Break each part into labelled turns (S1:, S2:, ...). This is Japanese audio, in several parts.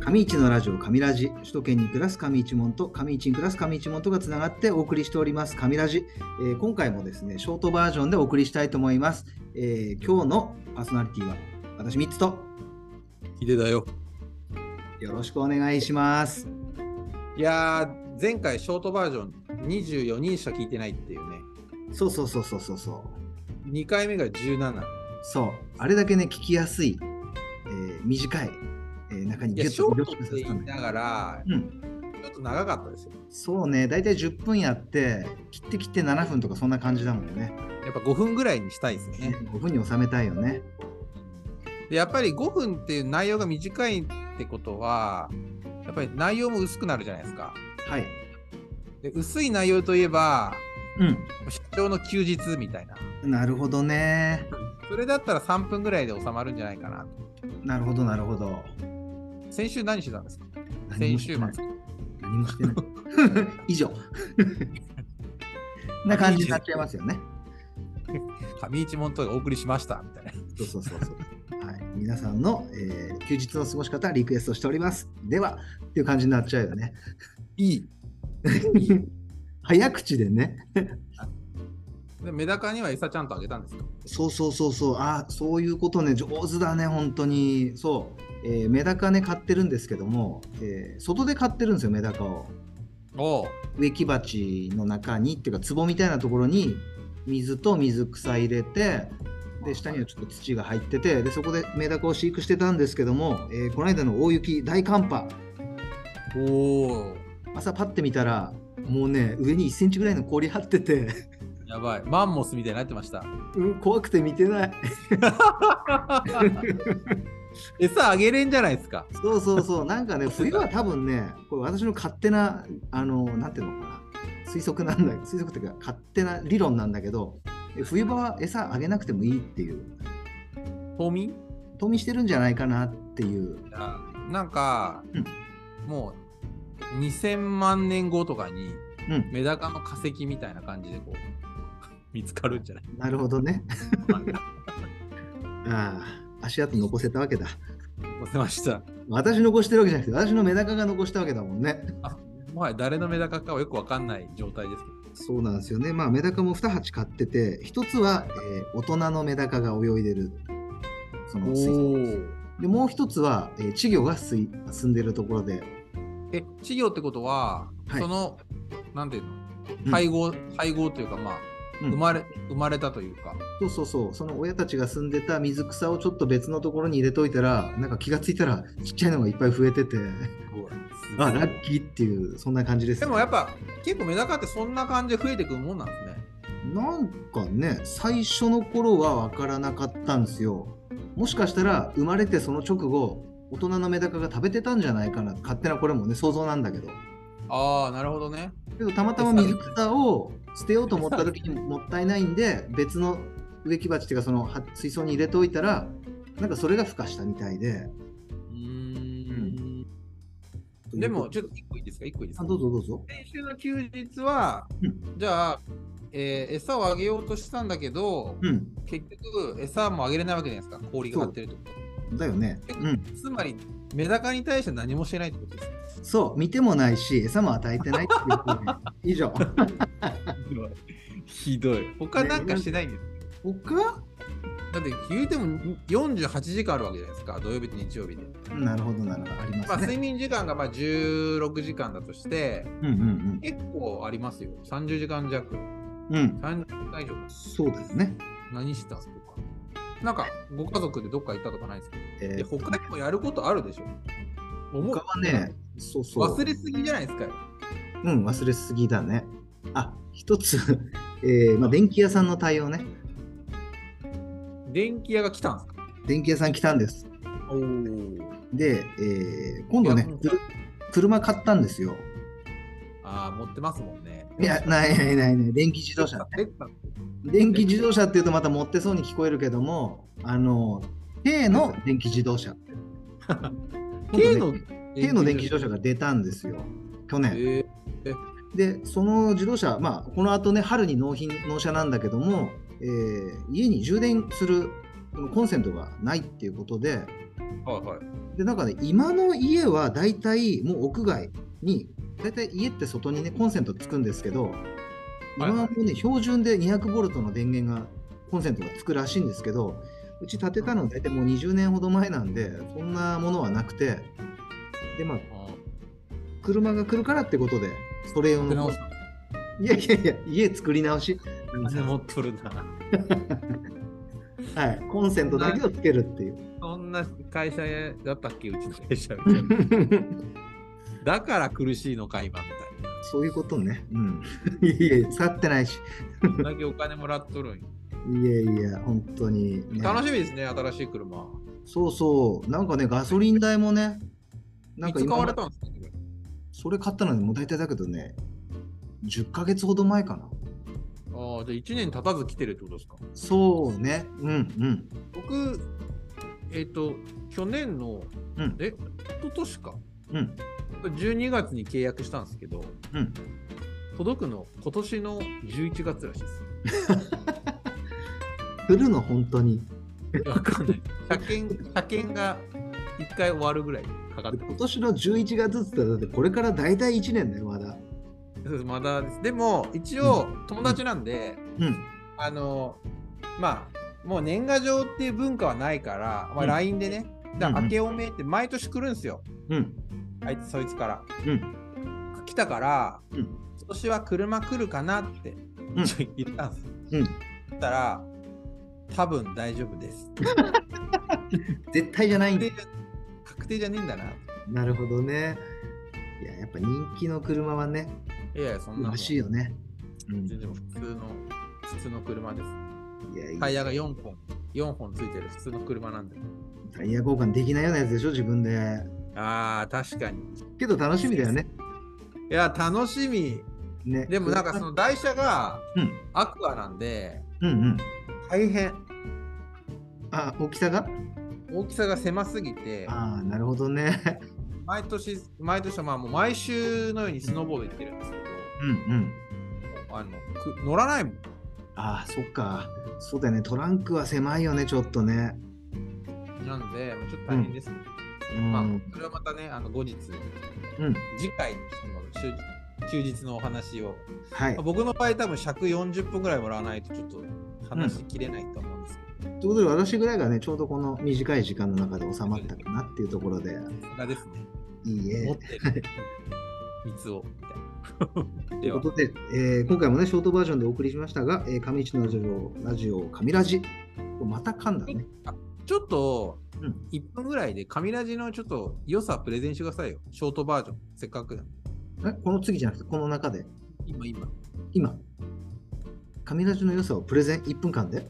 S1: 上市のラジオ上ラジ首都圏に暮らす上市門と上市に暮らす上市門とがつながってお送りしております上ラジ、えー今回もですねショートバージョンでお送りしたいと思います、えー今日のパーソナリティは私3つと
S2: ヒデだよ。
S1: よろしくお願いします
S2: いやー、前回ショートバージョン24人しか聞いてないっていうね。
S1: そうそうそうそうそうそう
S2: 2回目が17。
S1: そうあれだけね聞きやすい、えー短い、えー中に
S2: い
S1: ギュ
S2: や、
S1: ッ
S2: ショ
S1: と凝
S2: ート
S1: 縮
S2: っ
S1: させ
S2: て言
S1: た
S2: い
S1: んだ
S2: ながら、
S1: うん
S2: ちょっと長かったですよ。
S1: そうね、大体10分やって、切って切って7分とかそんな感じだもんね。
S2: やっぱ5分ぐらいにしたいですよね。
S1: 5分に収めたいよね。
S2: でやっぱり5分っていう内容が短いってことは、やっぱり内容も薄くなるじゃないですか。
S1: はい。
S2: で薄い内容といえば、
S1: う
S2: 社長の休日みたいな。
S1: ん。なるほどね。
S2: それだったら3分ぐらいで収まるんじゃないかなと。
S1: なるほど、なるほど。
S2: 先週何してたんですか
S1: 何
S2: 先
S1: もし
S2: 週
S1: て
S2: 末
S1: ない。。何も してない。以上。な感じになっちゃいますよね。
S2: 上市門とお送りしましたみたいな。
S1: そうそうそうそう。はい、皆さんの、えー休日の過ごし方、リクエストしております。では、っていう感じになっちゃうよね。
S2: いい。
S1: 早口でね。
S2: でメダカには餌ちゃんとあげたんですよ。
S1: そうそうそうそう、あそういうことね、上手だね、本当に。そう、えーメダカね、買ってるんですけども、えー外で買ってるんですよ、メダカを。
S2: おう
S1: 植木鉢の中に、っていうか、壺みたいなところに、水と水草入れて、で、下にはちょっと土が入ってて、で、そこでメダカを飼育してたんですけども、えーこの間の大雪、大寒波、
S2: おお
S1: 朝パッて見たら、もうね、上に1センチぐらいの氷張ってて、
S2: やばい。マンモスみたいになってました。
S1: うん、 怖くて見てない。
S2: 餌あげれんじゃないですか。
S1: そうそうそう、なんかね、冬は多分ね、これ私の勝手な、あの、なんていうのかな、推測なんだ推測っていうか、勝手な理論なんだけど、え冬場は餌あげなくてもいいっていう、
S2: 冬眠
S1: 冬眠してるんじゃないかなっていう、
S2: あなんか、
S1: うん
S2: もう2000万年後とかに、
S1: うん
S2: メダカの化石みたいな感じでこう 見つかるんじゃない
S1: なるほどね。ああ、足跡残せたわけだ。
S2: 載せました。
S1: 私残してるわけじゃなくて、私のメダカが残したわけだもんね。
S2: あもはや誰のメダカかはよくわかんない状態ですけど。
S1: そうなんですよね。まあ、メダカも2鉢買ってて、1つは、えー大人のメダカが泳いでる、その水槽です。
S2: ー
S1: でもう一つは、えー稚魚が住い住んでるところで、
S2: え、稚魚ってことは、
S1: はい
S2: その、なんていうの
S1: うん
S2: 配合、配合というか、まあ、
S1: うん
S2: 生まれ、生まれたというか。
S1: そうそうそうその親たちが住んでた水草をちょっと別のところに入れといたらなんか気がついたらちっちゃいのがいっぱい増えててあラッキーっていうそんな感じです、
S2: でもやっぱ、結構メダカってそんな感じで増えてくるもんなんですね。
S1: なんかね最初の頃は分からなかったんですよもしかしたら生まれてその直後大人のメダカが食べてたんじゃないかな勝手なこれもね想像なんだけど
S2: ああ、なるほどね。
S1: けどたまたま水草を捨てようと思った時にもったいないんで別の植木鉢っていうかそのは水槽に入れといたらなんかそれが孵化したみたいで
S2: うーん。でも、ちょっと1個いいですか、1個いいです
S1: あ
S2: か。
S1: どうぞどうぞ
S2: 先週の休日は
S1: う、
S2: じゃあ、えー餌をあげようとしたんだけど、
S1: うん
S2: 結局、餌もあげれないわけじゃないですか、氷が張ってるってこ
S1: だよねうん
S2: と。つまり、メダカに対して何もしてないってことですね。
S1: そう見てもないし餌も与えてないっていうことね以 上
S2: ひどい。ひどい。他なんかしてないんです。
S1: 他
S2: だって言うても48時間あるわけじゃないですか、土曜日と日曜日で。
S1: うんなるほどなるほどあり
S2: まあ、
S1: ますね
S2: 睡眠時間がまあ16時間だとして、
S1: うんうん
S2: 結構ありますよ。30時間弱。
S1: うんうん
S2: 30時間以上。
S1: そうですね
S2: 何してたんですかなんか、ご家族でどっか行ったとかないですか
S1: え
S2: い
S1: ー
S2: や他にもやることあるでしょ思う
S1: 他はねそうそう
S2: 忘れすぎじゃないですかよ。
S1: うん忘れすぎだねあ一つ えーまあ電気屋さんの対応ね
S2: 電気屋が来たんですか
S1: 電気屋さん来たんです
S2: おお。
S1: で、えー今度ね
S2: いや、
S1: くる車買ったんですよ。
S2: ああ、持ってますもんね。
S1: いや、ないないないない、電気自動 車。
S2: レッカー
S1: 電気自動車っていうとまた持ってそうに聞こえるけども、あの、軽の電気自動 車。
S2: 軽の
S1: 今度ね軽の電気自動車が出たんですよ、去年。
S2: え
S1: で、その自動車、まあ、この後ね、春に納品、納車なんだけども、えー家に充電するこのコンセントがないっていうことで、
S2: ー、はいはい。
S1: でなんかね今の家はだいたいもう屋外にだいたい家って外にねコンセントつくんですけど今はもうね標準で200ボルトの電源がコンセントがつくらしいんですけどうち建てたのは大体もう20年ほど前なんでそんなものはなくてでまあ車が来るからってことでそれ用のコンセントいやいやいや家作り直し
S2: 金持っとるな。
S1: はいコンセントだけをつけるっていう
S2: そんな会社だったっけ、うちの会社みたいな。だから苦しいのか、今みた
S1: そういうことねうんいやいや使ってないし
S2: いな。こんだけお金もらっとるんよ
S1: いやいや本当にね、
S2: 楽しみですね、新しい車。
S1: そうそう、なんかね、ガソリン代もね、なん
S2: い
S1: か
S2: つ買わ
S1: 今
S2: れ、たんですか
S1: それ買ったのにもう大体だけどね、10ヶ月ほど前かな。
S2: ああ、じゃあ1年経たず来てるってことですか
S1: そうね、うん
S2: 僕、えっ、と、去年の、
S1: うん
S2: え、一昨年か。
S1: うん、うん、
S2: 12月に契約したんですけど、
S1: うん。
S2: 届くの今年の11月らしいです。
S1: 来るの、本当に。
S2: わかんない。車検、車検が1回終わるぐらいかかってま
S1: 今年の11月っつったら、だってこれから大体1年だよ、まだ。
S2: す。まだです。でも、一応、友達なんで、
S1: うん、
S2: あの、まあ、もう年賀状っていう文化はないから、ま
S1: う
S2: あ、
S1: ん
S2: LINE でね、だ
S1: うんう
S2: から
S1: ん
S2: 明けおめって毎年来るんですよ。
S1: うん、
S2: あいつ、そいつから。
S1: うん、
S2: 来たから、
S1: うん
S2: 今年は車来るかなって
S1: うん
S2: 一応言ったんです。
S1: うん。
S2: 言ったら、多分大丈夫です。
S1: 絶対じゃないんだ
S2: 確定。じゃ確定じゃねえんだな。
S1: なるほどね。いや、やっぱ人気の車はね、
S2: いやいや、そんなもん
S1: らしいよね。うん、
S2: 全然普通の、普通の車です。
S1: いやいや
S2: タイヤが4本、4本ついてる普通の車なんで。
S1: タイヤ交換できないようなやつでしょ、自分で。
S2: ああ、確かに。
S1: けど楽しみだよね。
S2: いや、楽しみ。
S1: ね
S2: でもなんかその台車が
S1: うん
S2: アクアなんで、
S1: うんうん。
S2: 大変。
S1: あ、大きさが
S2: 大きさが狭すぎて、
S1: ああ、なるほどね。
S2: 毎年、毎年、まあもう毎週のようにスノーボード行ってるんですけ
S1: うんうん。
S2: ど、あのく乗らないもん。
S1: ああ、そっか。そうだよね。トランクは狭いよね、ちょっとね。
S2: なんで、ちょっと大変です、ね
S1: うん。
S2: まあ、それはまたね、あの後日、
S1: うん、
S2: 次回のちょっと休日休日のお話を、
S1: はい
S2: まあ。僕の場合多分尺40分ぐらいもらわないとちょっと話しきれないと思うんですけど、
S1: ということで、私ぐらいがね、ちょうどこの短い時間の中で収まったかなっていうところで、
S2: それですね、
S1: いい
S2: 持っ
S1: え。
S2: てる、三つを、み た
S1: と
S2: いな。
S1: い
S2: で
S1: う
S2: は
S1: こ、とで、えー今回もね、ショートバージョンでお送りしましたが、えー、上市のラジオ、ラジオ、上ラジ。また噛んだね。
S2: ちょっと
S1: うん、
S2: 1分ぐらいで、神ラジのちょっと良さプレゼンしてくださいよ。ショートバージョン、せっかくなんで。
S1: えこの次じゃなくて、この中で、
S2: 今、今。
S1: 今、上ラジの良さをプレゼン1分間で。
S2: はい。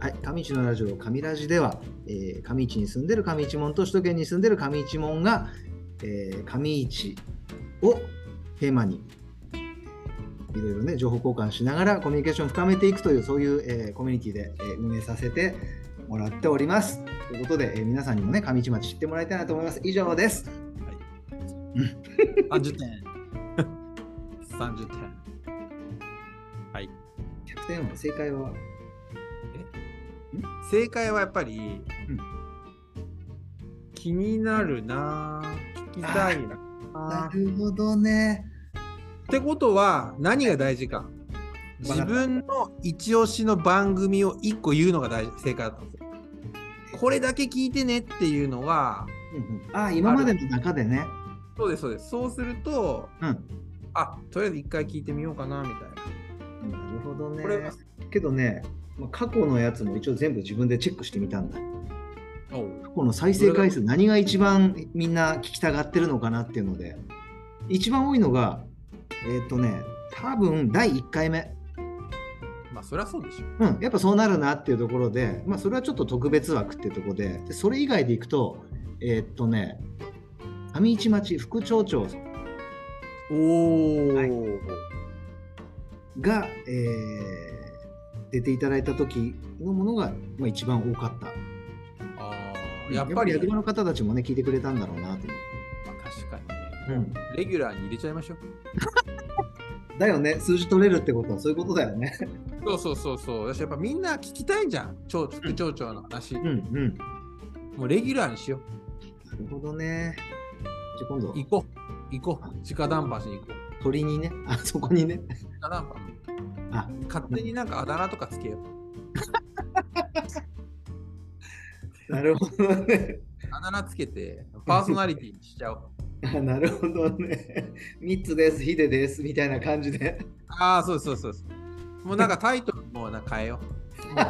S1: はい、上市のラジオ上ラジでは、えー上市に住んでる上市門と首都圏に住んでる上市門が、えー上市をテーマにいろいろね情報交換しながらコミュニケーションを深めていくというそういう、えーコミュニティで、えー運営させてもらっております。ということで、えー皆さんにもね上市町知ってもらいたいなと思います。以上です。
S2: 30点。30点。はい。
S1: 100点は正解は
S2: 正解はやっぱり、
S1: うん
S2: 気になるなぁ聞きたいな
S1: な
S2: ぁっ
S1: るほどね。
S2: てことは何が大事か自分の一押しの番組を1個言うのが大事正解だったんですよこれだけ聞いてねっていうのは
S1: うんうんあー今までの中でね。
S2: そうですそうですそうすると
S1: うん。
S2: あとりあえず1回聞いてみようかなみたいな
S1: なるほどね。
S2: これは
S1: けどね、まあ過去のやつも一応全部自分でチェックしてみたんだ。
S2: おう
S1: 過去の再生回数、何が一番みんな聞きたがってるのかなっていうので、一番多いのが、えーっとね、多分第1回目、
S2: まあそりゃそうでしょ
S1: うん、やっぱそうなるなっていうところで、まあ、それはちょっと特別枠っていうところで、でそれ以外でいくと、えーっとね、上市町副町長さん
S2: おお、
S1: はいが、えー出ていただいた時のものが、まあ、一番多かった。
S2: あーやっぱり
S1: 役場の方たちもね聞いてくれたんだろうなと
S2: まあ確かにね
S1: 思って、
S2: レギュラーに入れちゃいましょう
S1: だよね数字取れるってことはそういうことだよね
S2: そうそうそうそう。私やっぱみんな聞きたいじゃん。町副町長の話。
S1: うんうん
S2: もうレギュラーにしよ
S1: るほどね。じゃあ今度、
S2: 行こう。行こう。鹿談橋に行こう。
S1: 鳥にね、あそこにね。
S2: 鹿談橋。
S1: あ
S2: 勝手になんかあだ名とかつけよう。
S1: なるほどね。
S2: あだ名つけて、パーソナリティにしちゃおう。
S1: あなるほどね。ミッツです、ヒデです、みたいな感じで。
S2: ああ、そうそうそうそう。もうなんかタイトルもなんか変えよう。もう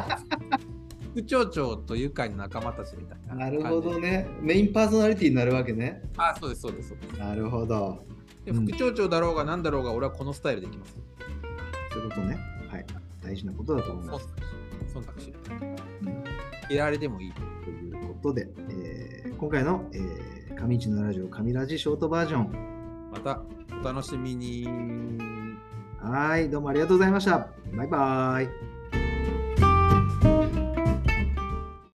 S2: 副町長と愉快な仲間たちみたいな。
S1: なるほど。ね。メインパーソナリティになるわけね。
S2: ああ、そうです、そうです。そうです
S1: なるほど。
S2: で
S1: うん
S2: 副町長だろうが何だろうが、俺はこのスタイルでいきます。
S1: そういうことね。はい。大事なことだと思い
S2: そ
S1: ま
S2: う
S1: す。
S2: そう忖度しない。
S1: うん
S2: 入れられてもいい。
S1: ということで、えー今回の、えー、上市のラジオ、上ラジショートバージョン。
S2: またお楽しみに。
S1: はい。どうもありがとうございました。バイバイ。